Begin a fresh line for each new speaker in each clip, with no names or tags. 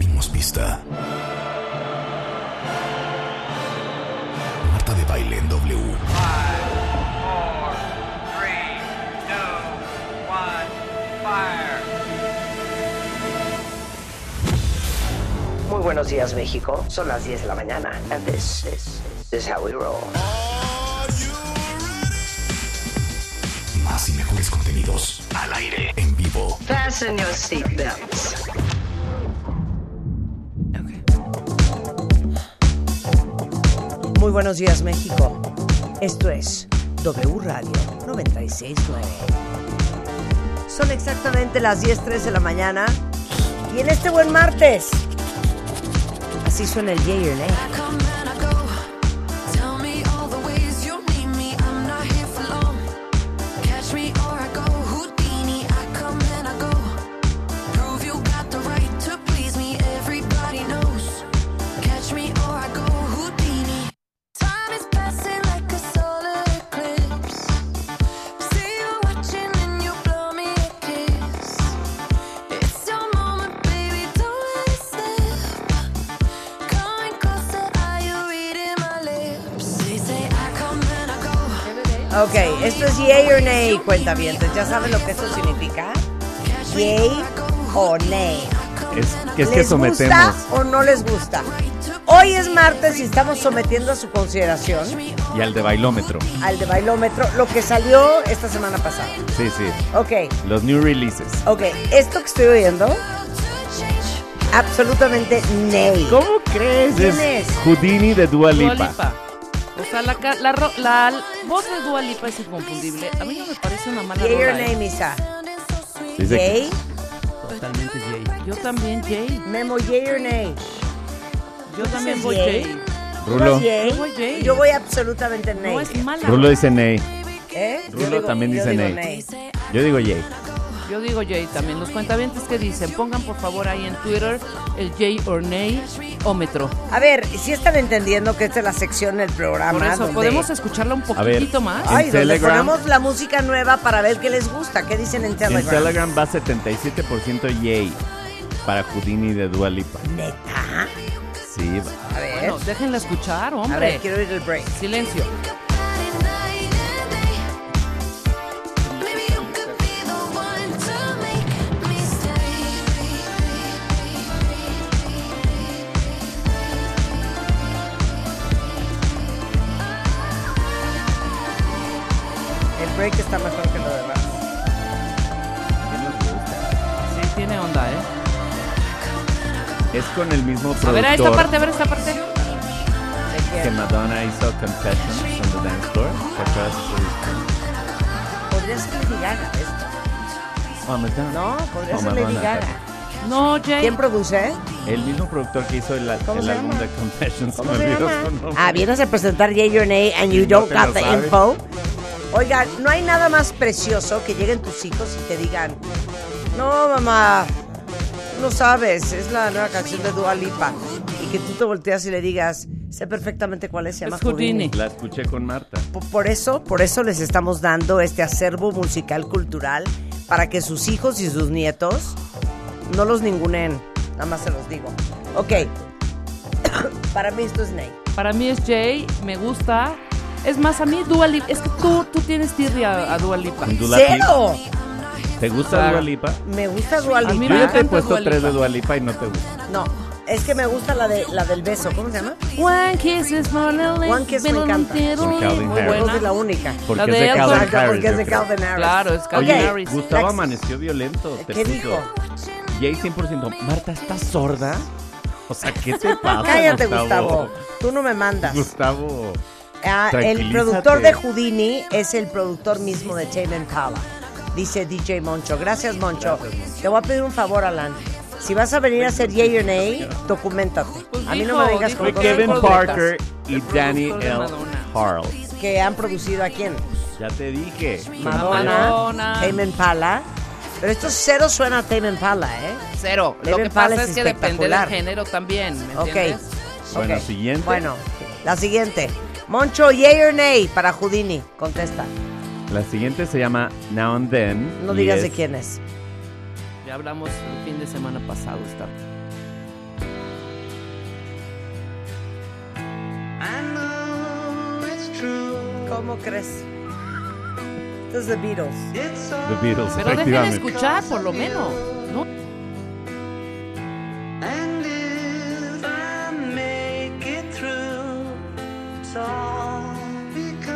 damos pista. Marta de baile en W.
four, three, two, one, fire.
Muy buenos días, México. Son las 10 de la mañana. And this is, this is how we roll.
Más y mejores contenidos. Al aire. En vivo.
Fasten your seatbelts. Muy buenos días, México. Esto es W Radio 969. Son exactamente las 10:03 de la mañana. Y en este buen martes. Así suena el Yay or Nay.
I come and I go. Tell me all the ways you need me. I'm not here for long. Catch me or I go. Houdini, I come and I go. Prove you got the right to please me. Everybody knows. Catch me or I go. Houdini. Time is passing like a solar eclipse. See you watching and you blow me a kiss. It's your moment, baby. Don't let it slip. Coming closer, are you reading my lips? They say I come and I go.
Ok, esto es Yay or Nay, cuenta ¿Ya saben lo que eso significa? Yay o Nay.
Es que es que
¿Les
sometemos.
gusta o no les gusta? Hoy es martes y estamos sometiendo a su consideración
Y al de bailómetro.
al de bailómetro lo que salió esta semana pasada.
Sí, sí.
Ok,
Los new releases.
ok, esto que estoy oyendo, absolutamente Nay.
¿Cómo crees?
¿Quién es?
Houdini de Dua Lipa.
Dua Lipa. O sea, la, ca- la, ro- la l- voz de Dua Lipa es inconfundible. A mí no me parece una mala
Yay or
rola,
Nay,
¿eh?
Misa.
Dice que-
Yay,
Totalmente gay.
Yo también, Jay.
Memo, Yay or Nay.
Yo también
dices
voy
Jay?
Jay.
Rulo.
Yay.
Yo voy Yay.
Yo voy absolutamente Nay.
No es mala.
Rulo dice Ney.
¿Eh? Yo
Rulo también
yo
dice
digo
nay. Yo digo Jay.
Yo digo Jay también. Los cuentavientes que dicen, pongan por favor ahí en Twitter el Jay or Nay o Metro.
A ver, si están entendiendo que esta es la sección del programa.
Por eso,
donde-
¿podemos escucharla un
ver.
poquitito más?
Ah,
Ay, donde
Telegram.
ponemos la música nueva para ver qué les gusta, qué dicen en Telegram.
En Telegram va 77% Jay para Houdini de Dua Lipa.
Neta.
Sí, va.
A ver,
Bueno, déjenla escuchar,
a
hombre.
ver, quiero ir el break.
Silencio.
Maybe you could be the one to make me stay.
El break está mejor que lo demás.
Sí, tiene onda, ¿eh?
es con el mismo productor
A ver, a esta parte, a ver esta parte.
¿De
que
quién?
Madonna hizo Confessions on the Dance Floor. ¿Te acuerdas?
Podría ser Lady Gaga esto,
Oh, Madonna.
¿no? Podría
Oh,
ser Lady
Madonna.
Gaga.
No, Jay.
¿Quién produce?
El mismo productor que hizo el,
¿Cómo
el
se
álbum
llama?
de Confessions.
¿Cómo
me
se
olvidó
llama?
su nombre.
Ah, vienes a presentar Yay Your Name and you
No
don't
te
got
lo
the
sabes.
info. Oigan, no hay nada más precioso que lleguen tus hijos y te digan, no mamá, no sabes, es la nueva canción de Dua Lipa. Y que tú te volteas y le digas, sé perfectamente cuál es, se llama
Es Houdini.
La escuché con Marta.
Po- Por eso, por eso les estamos dando este acervo musical cultural para que sus hijos y sus nietos no los ningunen. Nada más se los digo. Ok. para mí esto es Ney.
Para mí es Jay, me gusta. Es más, a mí Dua Lipa, es que tú, tú tienes tirria a Dua Lipa.
Con Dua Lipa.
¡Cero!
¿Te gusta
Claro.
Dua Lipa?
Me gusta Dua
A mí
Yo
me
Lipa.
ya te he
encanta
puesto
Dua
tres de
Lipa.
Dua Lipa y no te gusta.
No, es que me gusta la, de, la del beso. ¿Cómo se llama?
One Kiss is my only-
One Kiss me encanta.
Con Calvin
Muy
Harris.
No es
buena.
de la única.
Porque
La
es
de
de
Elton.
Calvin
Exacto,
Harris,
porque es
yo
de
creo.
Calvin Harris.
Claro, es Calvin
Oye,
Harris.
Gustavo
Next.
amaneció violento. Te
¿Qué
puso.
dijo?
Jay 100%. Marta, ¿estás sorda? O sea, ¿qué te pasa?
Cállate, Gustavo. Tú no me mandas.
Gustavo.
Ah, el
Tranquilízate.
productor de Houdini es el productor mismo de Tame Impala, dice DJ Moncho. Gracias, Moncho. Te voy a pedir un favor, Alan. Si vas a venir a hacer Yay or Nay, documentate.
Pues
a mí no
dijo,
me vengas
dijo
con
Fue
Con
cosas
Kevin
dos
Parker y
El
Danny
productor de
L.
Madonna.
Harl.
que han producido a quién.
Ya te dije.
Madonna,
Madonna.
Tame Impala. Pero esto cero suena a Tame Impala, ¿eh?
Cero. Lo
Leven
que pasa
Palace
es que depende del
espectacular.
género también, ¿me
Ok.
entiendes?
Bueno,
Ok.
siguiente.
Bueno, la siguiente. Moncho, Yay or Nay para Houdini. Contesta.
La siguiente se llama Now and Then.
No
y
digas
es
de quién es.
Ya hablamos el fin de semana pasado. Está.
¿Cómo crees? Esto es The Beatles.
The Beatles,
Pero déjenme
efectivamente.
escuchar, por lo menos, ¿no?
And if I make it through, it's all because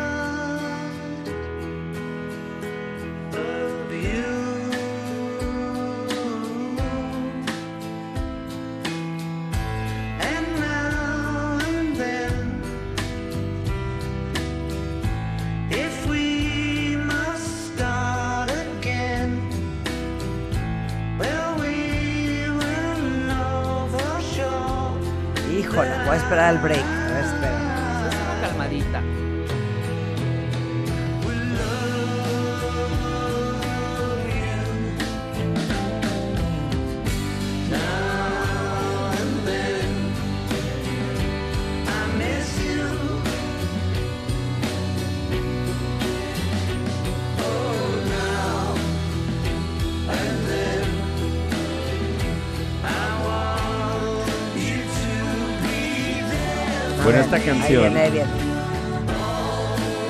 of you. And now and then, if we must start again. Well, we will know for sure.
Híjole, voy a esperar al break. A ver, espera.
Una calmadita.
I miss you. Oh, now and then I want you to be there.
A
Bueno,
ver,
esta
Ahí
canción
viene, ahí viene.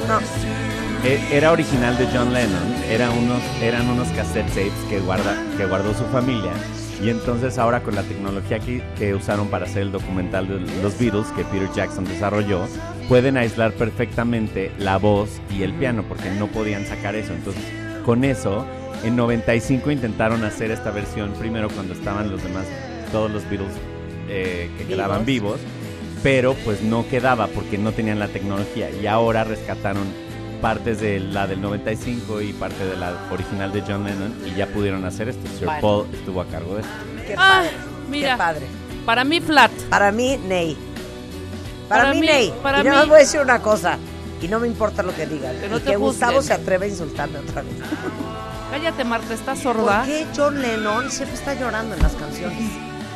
No,
e- era original de John Lennon. Era unos, eran unos cassette tapes que, guarda, que guardó su familia. Y entonces ahora con la tecnología que, que usaron para hacer el documental de los Beatles que Peter Jackson desarrolló, pueden aislar perfectamente la voz y el piano porque no podían sacar eso. Entonces con eso, en 95 intentaron hacer esta versión primero cuando estaban los demás, todos los Beatles eh, que quedaban vivos, pero pues no quedaba porque no tenían la tecnología y ahora rescataron partes de la del 95 y parte de la original de John Lennon y ya pudieron hacer esto. Sir
Bueno.
Paul estuvo a cargo de esto.
qué
Ah,
padre.
mira.
Qué padre.
Para mí, flat.
Para mí, Ney. Para,
Para
mí,
mí-
Ney.
para
y nada
mí-
más voy a decir una cosa. Y no me importa lo que digan.
Que no
y
te
que Gustavo
juzguen.
se atreve a insultarme otra vez.
Cállate, Marta, estás sorda.
¿Por qué John Lennon siempre está llorando en las canciones?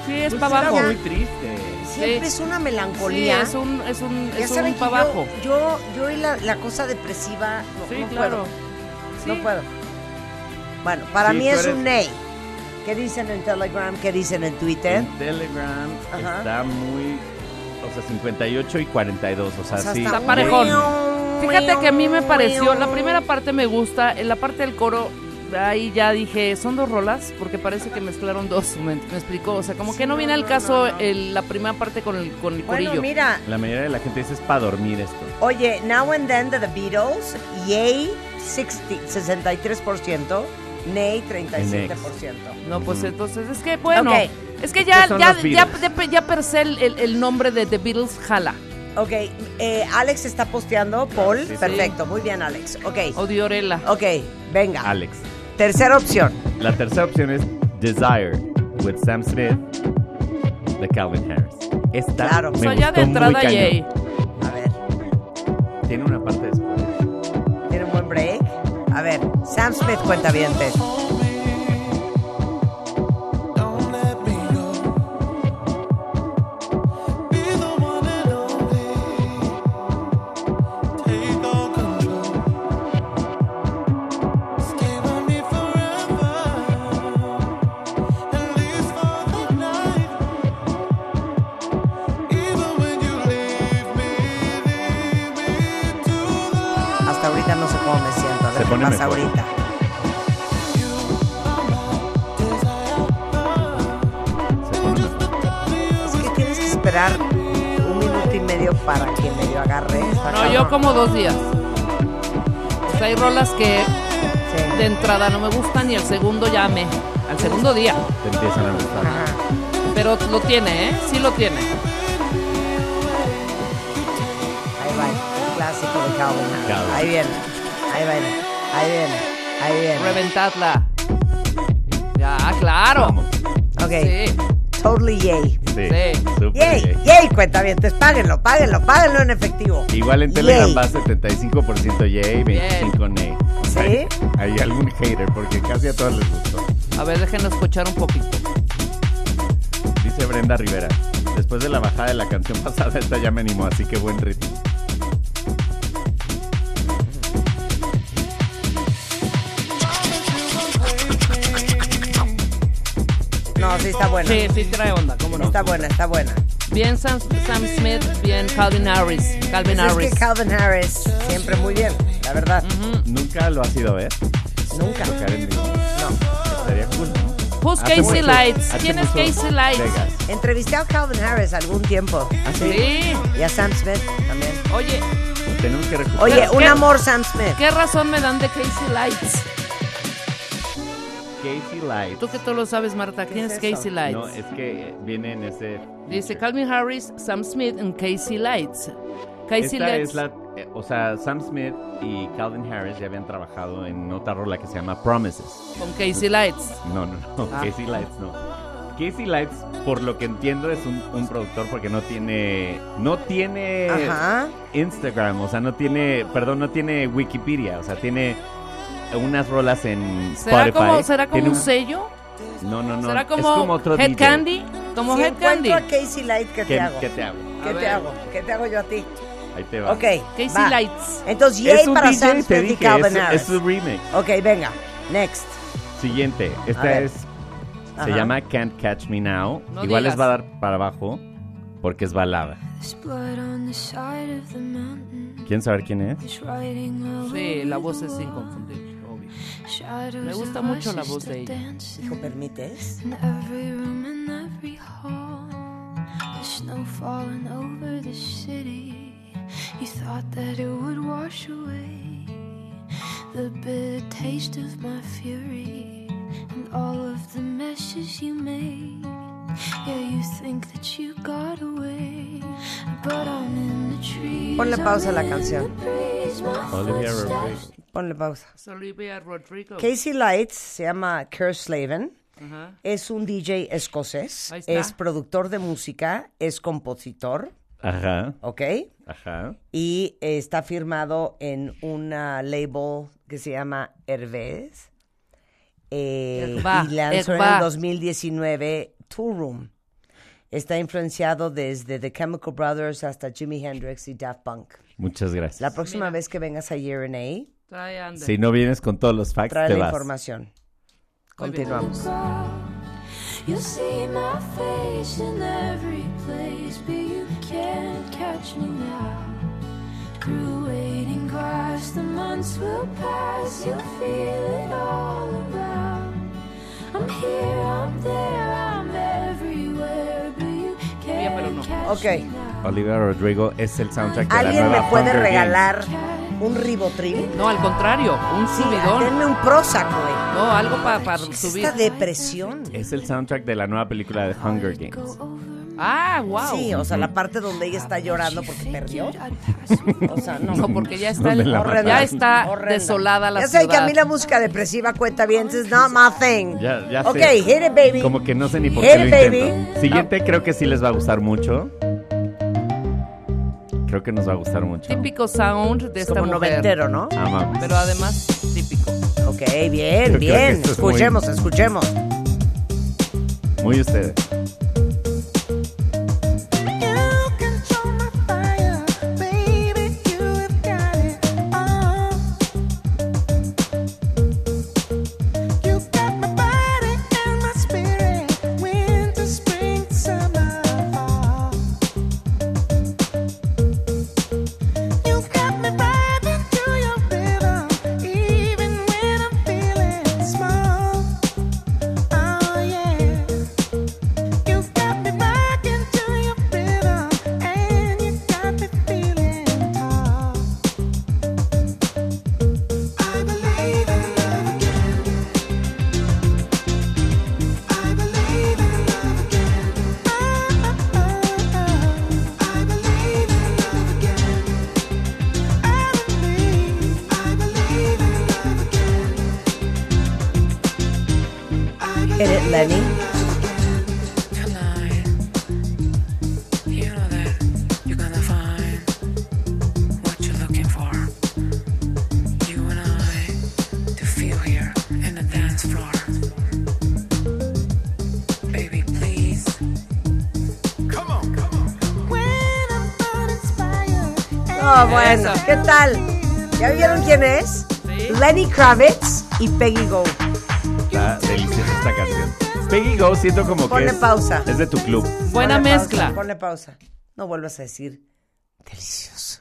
Sí, es para abajo.
Pues triste.
Siempre es una
Sí,
melancolía.
es un, es un,
ya
es
saben
un
que
para abajo.
yo, yo, yo y la, la cosa depresiva no,
Sí,
no
claro.
puedo.
Sí.
No puedo. Bueno, para
Sí,
mí
tú
es
eres-
un Ney. ¿Qué dicen en Telegram? ¿Qué dicen en Twitter?
En Telegram
Ajá.
está muy... O sea, 58 y 42. O sea,
O sea,
sí.
está
muy-
parejón. Fíjate que a mí me pareció, la primera parte me gusta, en la parte del coro, ahí ya dije, son dos rolas, porque parece que mezclaron dos, me, me explicó, o sea, como que no viene al caso el- la primera parte con el, con el
Bueno,
corillo.
mira,
La mayoría de la gente dice es para dormir esto.
Oye, Now and Then de The Beatles, Yay 60 63%, Nay 37%.
No, pues entonces, es que bueno,
Ok.
es que ya,
Estos son
ya,
los
ya,
Beatles.
ya, pe- ya per se el, el- el nombre de The Beatles jala,
Ok, eh, Alex está posteando, Paul.
sí, sí.
Perfecto, muy bien, Alex.
o
Ok,
Diorela.
ok, venga.
Alex.
Tercera opción.
La tercera opción es Desire with Sam Smith de Calvin Harris. Esta
Claro.
me
o sea, ya
gustó
de
muy
entrada,
cañón.
yay.
A ver,
Tiene una parte después.
tiene un buen break. A ver, Sam Smith cuenta bien.
Don't let me go. Be the one and only. Take all control. Stay with me forever, at least for the night. Even when you leave me, leave me to the light.
Hasta ahorita no sé cómo me siento. A ver
Se
qué
pone
pasa
mejor.
ahorita.
Se pone mejor.
Es que tienes que esperar un minuto y medio para que medio agarre. Está
No, yo
cabrón.
como dos días. O sea, hay rolas que
Sí.
de entrada no me gustan y el segundo ya me, al segundo día.
Te empiezan a gustar.
Ajá.
Pero lo tiene, ¿eh? Sí lo tiene.
Ahí va, el clásico de Calvin Harris.
Calvin.
Ahí viene, ahí viene, ahí viene, ahí viene.
Reventadla. Ya, claro.
Vamos.
Ok,
Sí,
totally yay.
Sí.
Sí.
Súper
Yay,
yay.
yay, cuentavientes, páguenlo, páguenlo, páguenlo en efectivo.
Igual en Telegram
Yay.
va 75% yay, 25 nay. O sea,
¿Sí?
Hay algún hater porque casi a todos les gustó.
a ver, déjenlo escuchar un poquito.
Dice Brenda Rivera. Después de la bajada de la canción pasada, esta ya me animó, así que buen ritmo.
No, sí está buena.
Sí, sí, trae onda, cómo no.
Está buena, está buena.
Bien Sam, Sam Smith, bien Calvin Harris. Calvin
Pues
Harris.
Es que Calvin Harris siempre muy bien, la verdad.
Nunca lo has ido a ver.
Nunca.
Tocar en vivo. Estaría cool, ¿no?
Who's
Hace
Casey
Ah, mucho-
Lights?
hace
¿Quién es
mucho
Casey Lights?
Vegas.
Entrevisté a Calvin Harris algún tiempo
Ah, sí.
Sí.
y a Sam Smith también.
Oye,
Tenemos que recuperar.
Oye,
Pero
un
qué-
amor Sam Smith.
¿qué razón me dan de Casey Lights?
Casey Lights.
Tú que todo lo sabes, Marta. ¿Quién
es
es,
eso?
Casey Lights?
No, es que eh, viene en ese.
Dice
feature.
Calvin Harris, Sam Smith y Casey Lights. Casey
Esta
Lights.
es la, eh, o sea, Sam Smith y Calvin Harris ya habían trabajado en otra rola que se llama Promises.
Con Casey Lights.
No, no, no,
Ah.
Casey Lights no. Casey Lights, por lo que entiendo, es un, un productor porque no tiene, no tiene
Ajá.
Instagram, o sea, no tiene, perdón, no tiene Wikipedia, o sea, tiene unas rolas en
¿Será
Spotify.
como, será como
Tiene
un
un-
sello?
No, no, no.
¿Será como,
es como otro
Head
DJ.
Candy? Como
Si
Head Candy.
encuentro a Casey Light, ¿qué, te
¿Qué,
hago?
qué te hago?
¿Qué
A
te
ver.
hago? ¿Qué te hago yo a ti?
Ahí te va.
Ok.
Casey
va.
Lights.
Entonces,
Es
yay
un
para
DJ,
Sam
te
Smith y
dije,
Calvin
es-
Harris.
es un remake.
Ok, venga. Next.
Siguiente,
A
esta
ver.
es.
Ajá.
Se llama Can't Catch Me Now.
No
Igual
digas.
les va a dar para abajo porque es balada.
There's blood on the side of the mountain.
¿Quieren saber quién es?
It's writing all
Sí,
over
la
the
voz es
wall.
inconfundible, obvio.
Shadows
Me gusta
of
mucho
us
la
used
voz
to
de ella.
dance
Hijo, ¿permites?
in every room and every hall. The snow falling over the city. You thought that it would wash away the bitter taste of my fury and all of the messes you made. Yeah, you think that you got away, but I'm in the trees.
Ponle
I'm
pausa a la
in the
canción.
breeze, my
Olivia
Pues
footsteps
Rodrigo.
Ponle pausa.
Es Olivia Rodrigo.
Casey Lights se llama Kerr Slaven.
Ajá.
Es un DJ escocés.
Ahí está.
Es productor de música. Es compositor.
Ajá,
¿Ok?
ajá.
Y eh, está firmado en una label que se llama Hervez. Eh,
Ekba,
y lanzó en
Ekba.
el 2019 Two Room. Está influenciado desde The Chemical Brothers hasta Jimi Hendrix y Daft Punk.
Muchas gracias.
La próxima vez que vengas a Yearn
Trae Ander.
si no vienes con todos los facts,
trae
te
la
vas.
información.
Muy bien.
Continuamos.
You'll see my face in every place, but you can't catch me now. Through waiting grass, the months will pass, you'll feel it all around. I'm here, I'm there, I'm everywhere, but you
pero no.
can't catch
Okay.
me now.
Olivia Rodrigo es el soundtrack de la
¿Alguien
nueva
me puede
Hunger Games.
regalar un ribotril?
No, al contrario, un
Sí,
subidón.
denme un Prozac, güey.
No, algo para
Es
subir.
Esta depresión.
Es el soundtrack de la nueva película de Hunger Games.
Ah, wow.
Sí, o sea, la parte donde ella está llorando porque perdió. O sea, no.
No, porque ya está,
Donde
el-
la
horrenda, ya
mataron.
está
Horrenda.
desolada la
ya
ciudad.
sé que a mí la música depresiva cuenta bien, it's not my thing.
Ya, ya
ok,
sé.
hit it, baby.
Como que no sé ni por
Hit
qué lo
it, baby.
intento. Siguiente creo que sí les va a gustar mucho. Creo que nos va a gustar mucho.
Típico sound de
Es
esta
como
mujer.
noventero, ¿no?
Amamos.
Pero además, típico.
Ok, bien,
Ah. Yo creo que
bien.
esto es muy-
Escuchemos, escuchemos.
Muy ustedes.
Hit it, Lenny.
You know that you're gonna find what you're looking for. You and I to feel here in the dance floor. Baby, please.
Oh, bueno. ¿Qué tal? ¿Ya vieron quién es? Lenny Kravitz y Peggy Go.
Está deliciosa esta canción. Peggy Go siento como que
Ponle
es,
pausa.
es de tu club.
Buena
Ponle pausa,
mezcla.
ponle pausa. No vuelvas a decir delicioso.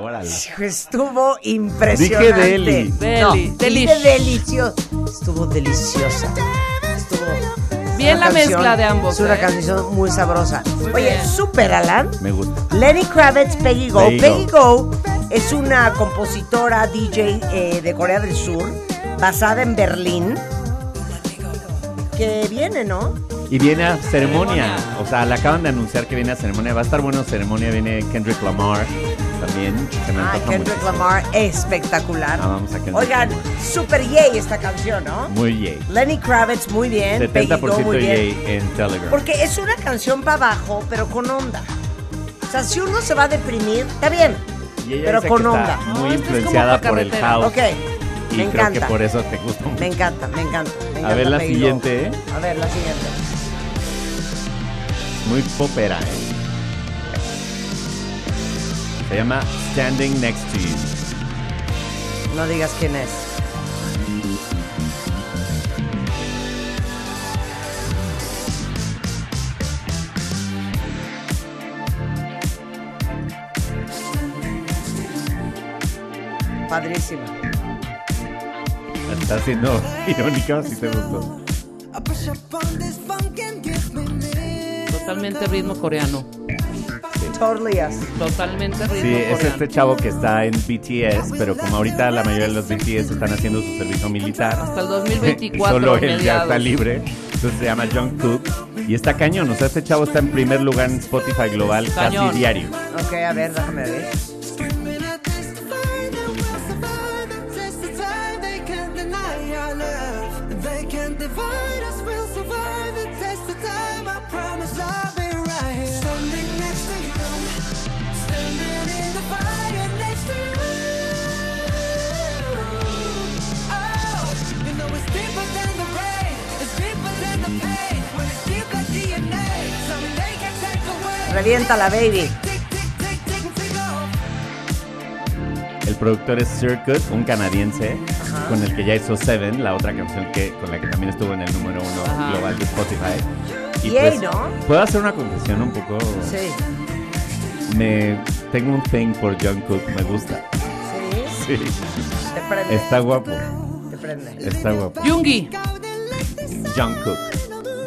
Órale.
Hijo, Estuvo impresionante.
deli.
No,
Deli, delish.
dije delicioso. Estuvo deliciosa. Estuvo.
Bien
una
la mezcla de ambos,
Es una
¿eh?
canción muy sabrosa.
Muy
Oye,
bien.
Super Alan.
Me gusta.
Lenny Kravitz, Peggy Go.
Peggy
Peggy Go es una compositora DJ eh, de Corea del Sur, basada en Berlín, que viene, ¿no?
Y viene a ceremonia. O sea, le acaban de anunciar que viene a ceremonia. Va a estar bueno ceremonia. Viene Kendrick Lamar también. Que me
Ah,
antoja
Kendrick
muchísimo.
Lamar, espectacular.
Ah, vamos a Kendrick
Oigan,
Lamar.
super yay esta canción, ¿no?
Muy yay.
Lenny Kravitz, muy bien. Peggy Go,
70%
muy bien.
yay en Telegram.
Porque es una canción para abajo, pero con onda. O sea, si uno se va a deprimir, está bien.
Y ella
Pero
dice
con
que
onda.
está muy
No, esto es
influenciada
como pa'
por el
carretera.
house.
Ok.
Y
me
creo
encanta.
que por eso te gusta mucho.
Me encanta, me encanta. me encanta
ver la
Peggy Go.
siguiente, ¿eh?
A ver la siguiente.
Muy popera, ¿eh? Se llama Standing Next to You.
No digas quién es. Padrísima.
Está siendo irónica si te gustó.
Totalmente ritmo coreano.
Totally us.
Totalmente ritmo
Sí,
coreano.
es este chavo que está en BTS, pero como ahorita la mayoría de los BTS están haciendo su servicio militar,
Hasta el 2024.
solo él ya
mediados.
está libre. Entonces se llama John Cook y está cañón. O sea, este chavo está en primer lugar en Spotify global
Cañón.
casi diario.
Ok, a ver, déjame ver. Reviéntala, baby.
El productor es Circuit, un canadiense, con el que ya hizo Seven, la otra canción que, con la que también estuvo en el número uno
Ajá.
global de Spotify. pues,
Yay, ¿no?
¿Puedo hacer una confesión un poco?
Sí.
Me, tengo un thing por John Cook, me gusta.
Sí.
Sí.
Te prende.
Está guapo,
Te prende.
está guapo.
Yungi.
John Cook.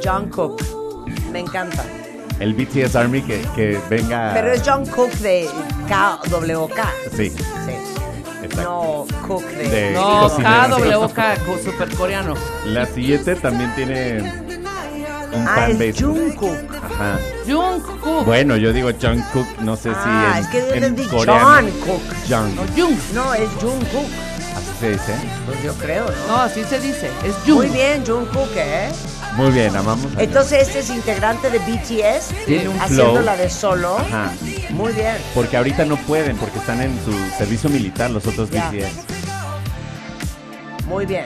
John Cook. Me encanta.
El BTS Army que, que venga.
Pero es John Cook de K-W-K.
Ah. Sí,
Sí.
exacto.
No, Cook de...
De-
No,
Cocinero, sí.
KWK, super coreano.
La siguiente también tiene un
Ah,
fanbase.
es Jungkook.
Ajá.
Jungkook.
Bueno, yo digo John Cook, no sé si
Ah,
en,
es que yo
en
entendí
coreano.
John Cook.
John,
No, Jung.
No, es Jungkook.
así se dice.
Pues yo creo, ¿no?
No, así se dice. Es Jung.
Muy bien, Jungkook, ¿eh?
Muy bien, amamos. a
Entonces este es integrante de BTS,
Tiene un
haciendo
flow.
la de solo.
John. Ajá.
Muy bien.
Porque ahorita no pueden, porque están en su servicio militar los otros
Ya.
BTS.
Muy bien.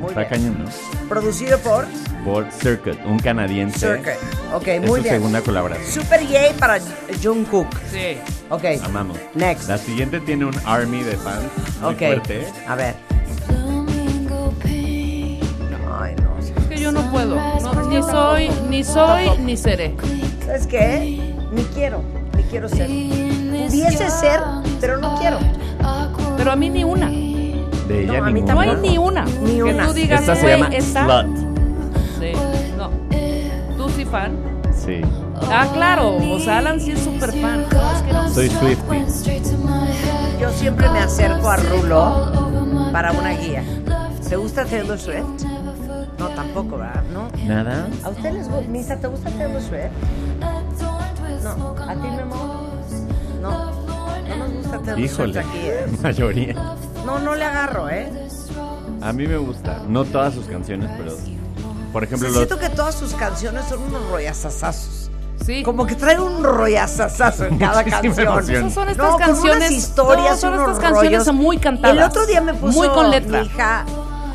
Muy
Está
bien.
cañón, ¿no?
Producido por
Por Circuit, un canadiense.
Circuit. Ok,
Es
muy
su
bien.
segunda colaboración.
Super yay para Jungkook.
Sí.
Ok.
Amamos.
Next.
La siguiente tiene un army de fans Ah, muy
ok.
fuerte. ¿eh?
A ver.
Flamingo pink,
Ay, no.
Es que yo no puedo. No, ni soy, ni soy, ni seré.
¿Sabes qué? Ni quiero. Ni quiero ser. Pudiese ser, pero no quiero.
Pero a mí ni una.
De ella
No, a mí
ninguna.
No hay ni una.
Ni
que
una.
tú digas,
Esta se
"Güey,
llama
esta-".
Slut.
Sí. No. Tú sí fan.
Sí.
Ah, claro. O sea, Alan sí es super fan. No, es que no.
Soy Swiftie.
Yo siempre me acerco a Rulo para una guía. ¿Te gusta Taylor Swift? No, tampoco, ¿verdad? No.
Nada.
¿A usted les gusta? Misa, ¿te gusta Taylor Swift? No. ¿A ti, Memo? No. No nos gusta Taylor Swift
Híjole.
aquí, ¿eh?
Mayoría.
No, no le agarro, ¿eh?
A mí me gusta. No todas sus canciones, pero. Por ejemplo, los.
Siento que todas sus canciones son unos rollazazazos.
Sí.
Como que trae un rollazazazo en cada
Muchísima
canción.
emoción.
Esas son
No,
estas
con
canciones.
unas historias,
todas son
unos
estas canciones
rollos.
son muy cantadas.
El otro día me puso
Muy con letra.
mi hija,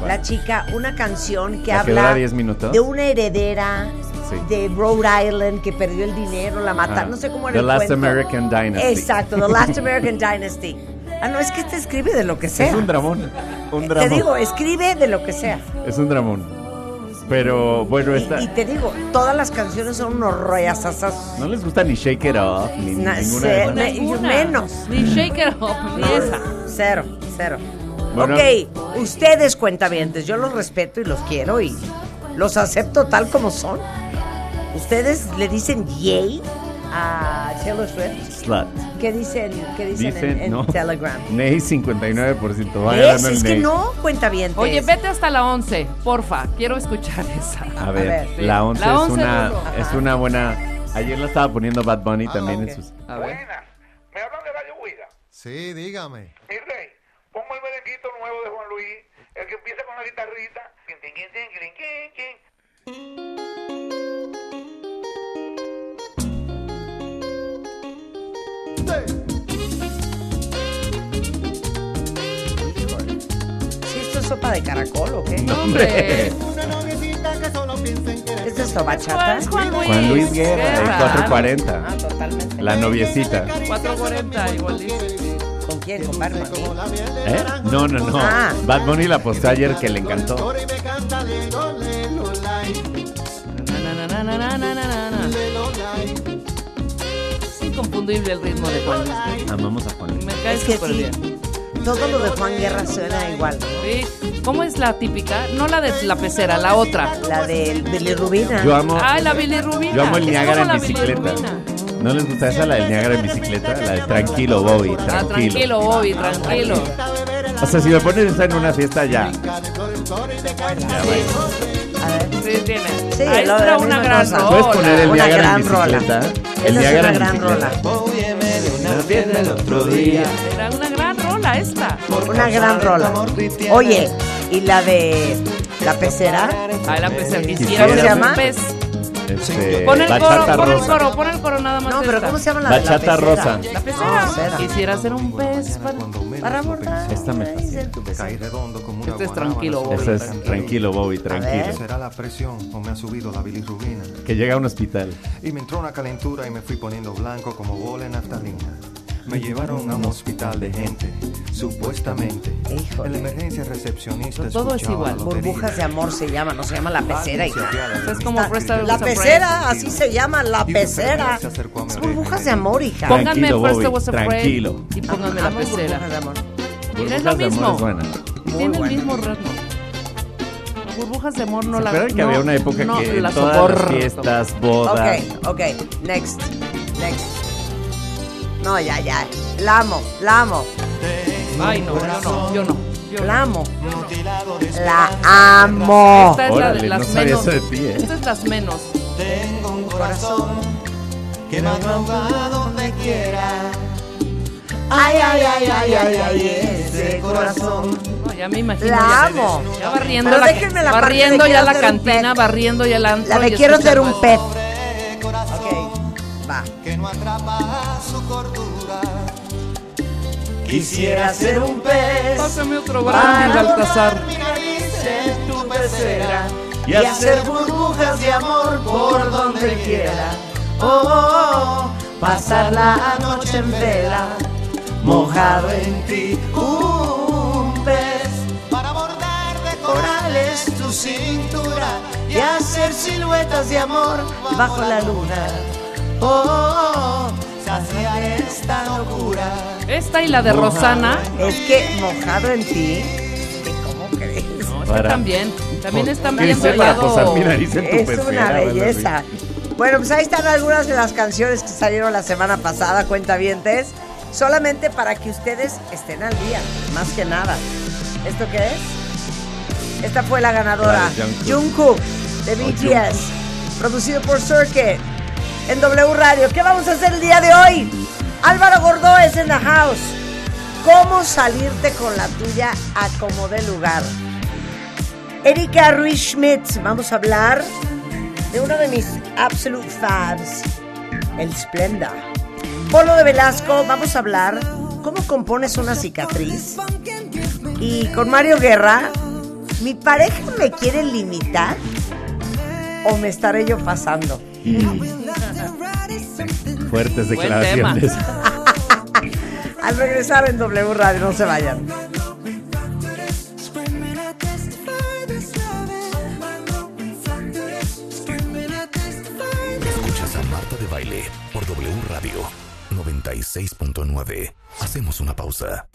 la chica, una canción que
¿La que
habla
dura 10 minutos?
de una heredera
Sí.
de Rhode Island que perdió el dinero, la mataron,
Ajá.
no sé cómo era
The
el
Last
cuento.
American Dynasty.
Exacto, The Last American Dynasty. Ah, no, es que este escribe de lo que sea.
Es un dramón. Un
Te eh.
dramón.
digo, escribe de lo que sea.
Es un dramón. Pero bueno, esta.
Y te digo, todas las canciones son unos rollazazas.
No les gusta ni Shake It Off, ni
Na-
ninguna
se-
de esas.
me- yo
Ninguna.
menos.
Ni Shake It Up, ni esa.
Cero, cero.
Bueno.
Ok, ustedes cuentavientes, yo los respeto y los quiero y los acepto tal como son. Ustedes le dicen yay a Taylor Swift.
Slut.
¿Qué dicen, qué dicen, en,
Dicen,
en
no.
Telegram?
Ney 59%. Va
¿Ves?
ganando el
Es que
Ney.
no, cuentavientes.
Oye, vete hasta la 11, porfa. Quiero escuchar esa.
A ver,
ver, sí.
la 11
La
es,
11
una,
duro.
es una buena. Ayer la estaba poniendo Bad Bunny también
ok.
en sus.
A ver.
Buenas. Me hablan de Radio Huida.
Sí, dígame.
Mi rey, pongo el merenguito nuevo de Juan Luis, el que empieza con la guitarrita. Tin, tin, tin, tin, tin, tin, tin.
¿Sí esto es sopa de caracol o qué?
No, hombre.
¿Es esto bachata?
Es Juan Luis,
Juan Luis Guerra, el 440.
Ah, totalmente.
La noviecita.
440, igualito.
¿Con quién? ¿Con Bad Bunny?
¿Eh? No, no, no.
Ah.
Bad Bunny la postó ayer que le encantó.
Na, na, na, na, na, na, na. Es inconfundible el ritmo de Juan Luis. Guerra.
Amamos a Juan Luis.
Me cae
Es que
súper
sí.
bien.
Todo lo de Juan Guerra suena igual.
Sí. ¿Cómo es la típica? No la de la pecera, la otra.
La de bilirrubina.
Yo amo,
Ay, la bilirrubina.
yo amo el
Es
Niágara
como
en
la Ah,
bicicleta.
bilirrubina.
¿No les gusta esa, la del Niágara en bicicleta? La de tranquilo, Bobby,
Ah,
tranquilo.
tranquilo, Bobby,
Ah,
tranquilo.
O sea, si me ponen esa en una fiesta ya. Ya, bueno.
A ver.
Sí, tiene.
Sí,
Ah,
lo
esta
de
era
la
una
misma
gran
cosa.
rola.
¿Puedes poner el
Una
Niágara en
gran rola.
bicicleta?
Esa
El
es
Niágara
una
en
gran rola.
bicicleta. día.
Era una gran rola esta.
Una gran rola. Oye, y la de la pecera.
Ay, la pecera.
Quisiera.
Quisiera
¿Cómo se
ser un
llama?
pez.
Este,
Pon el coro,
bachata
pon el
rosa.
coro, pon el coro nada más.
No, pero
esta.
¿cómo se llama la de la pecera?
Bachata rosa.
La pecera.
pecera.
Quisiera ser un pez para,
Para abordar.
Esta me fascina.
Este es tranquilo, Bobby.
Esa es tranquilo, Bobby, tranquilo.
Será la presión o me ha subido la bilirrubina.
Que llega a un hospital.
Y me entró una calentura y me fui poniendo blanco como bola en naftalina. Me llevaron a un hospital de gente, supuestamente.
Híjole.
En la emergencia recepcionista.
Pero todo es
escuchaba
igual.
la lotería.
Burbujas de amor se llama, no se llama la pecera.
Alguien se
hija.
apiada de
Esta es
mí.
como Freestyle
La
Without a Friend.
pecera, así se llama, la pecera. Es burbujas de amor, hija.
Ponga-
Pónganme
Tranquilo,
First I
Bobby,
Was Afraid
tranquilo. Ah,
y pónganme la
Amo burbujas
pecera.
de amor.
Mira,
Burbujas
es lo
Pues de amor
mismo.
es buena.
Tiene el mismo ritmo. Burbujas de amor no
¿Se
la
acuerdan que
no-
había una época
no
que en
la
todas las
soporto.
fiestas, bodas,
Ok, ok. Next. Next. No, ya, ya. La amo, la amo,
Ay, no, yo no, yo no. yo no.
la amo. La amo.
Esta es la
Órale,
de las
no sabía
menos.
eso de ti, ¿eh?
Esta es las menos.
Ay, ay, ay, ay, ay, ay, ese corazón.
No, ya me imagino.
La
ya-
amo.
Ya barriendo
Pero
la,
déjenme la parte de
barriendo ya
quiero
la
ser un
cantina,
pet.
barriendo ya el antro.
La de
y
quiero ser
escuchando
un
esto.
pet. Ok, va. Quisiera ser un pez.
Pásame otro brandy, Baltasar.
y hacer
burbujas de amor por donde quiera. Oh, pasar la noche en vela, mojado en ti un pez. Para bordar de corales tu cintura y hacer siluetas de amor bajo la luna. Oh, saciar esta locura.
Esta y la de Rosana.
Es que mojado en ti, ¿cómo crees?
No, esta
Para-
también. También
¿Qué
están bien
hice Este, para posar mi
bailado.
nariz en tu
Es una
pecera,
belleza. Bueno, pues ahí están algunas de las canciones que salieron la semana pasada, cuentavientes. Solamente para que ustedes estén al día, más que nada. ¿Esto qué es? Esta fue la ganadora,
La de
Jungkook, de BTS, producido por Circuit, en W Radio. ¿Qué vamos a hacer el día de hoy? Álvaro Gordó es en la house. ¿Cómo salirte con la tuya a como de lugar? Erika Ruiz Schmidt, vamos a hablar de uno de mis absolute faves, el Splenda. Polo de Velasco, vamos a hablar cómo compones una cicatriz. Y con Mario Guerra, ¿mi pareja me quiere limitar o me estaré yo pasando?
Mm. Fuertes
Buen tema.
declaraciones.
Al regresar en W Radio, no se vayan.
Screaming, I testify this love is my moment.
Marta de Baile por W Radio 96.9. Hacemos una pausa.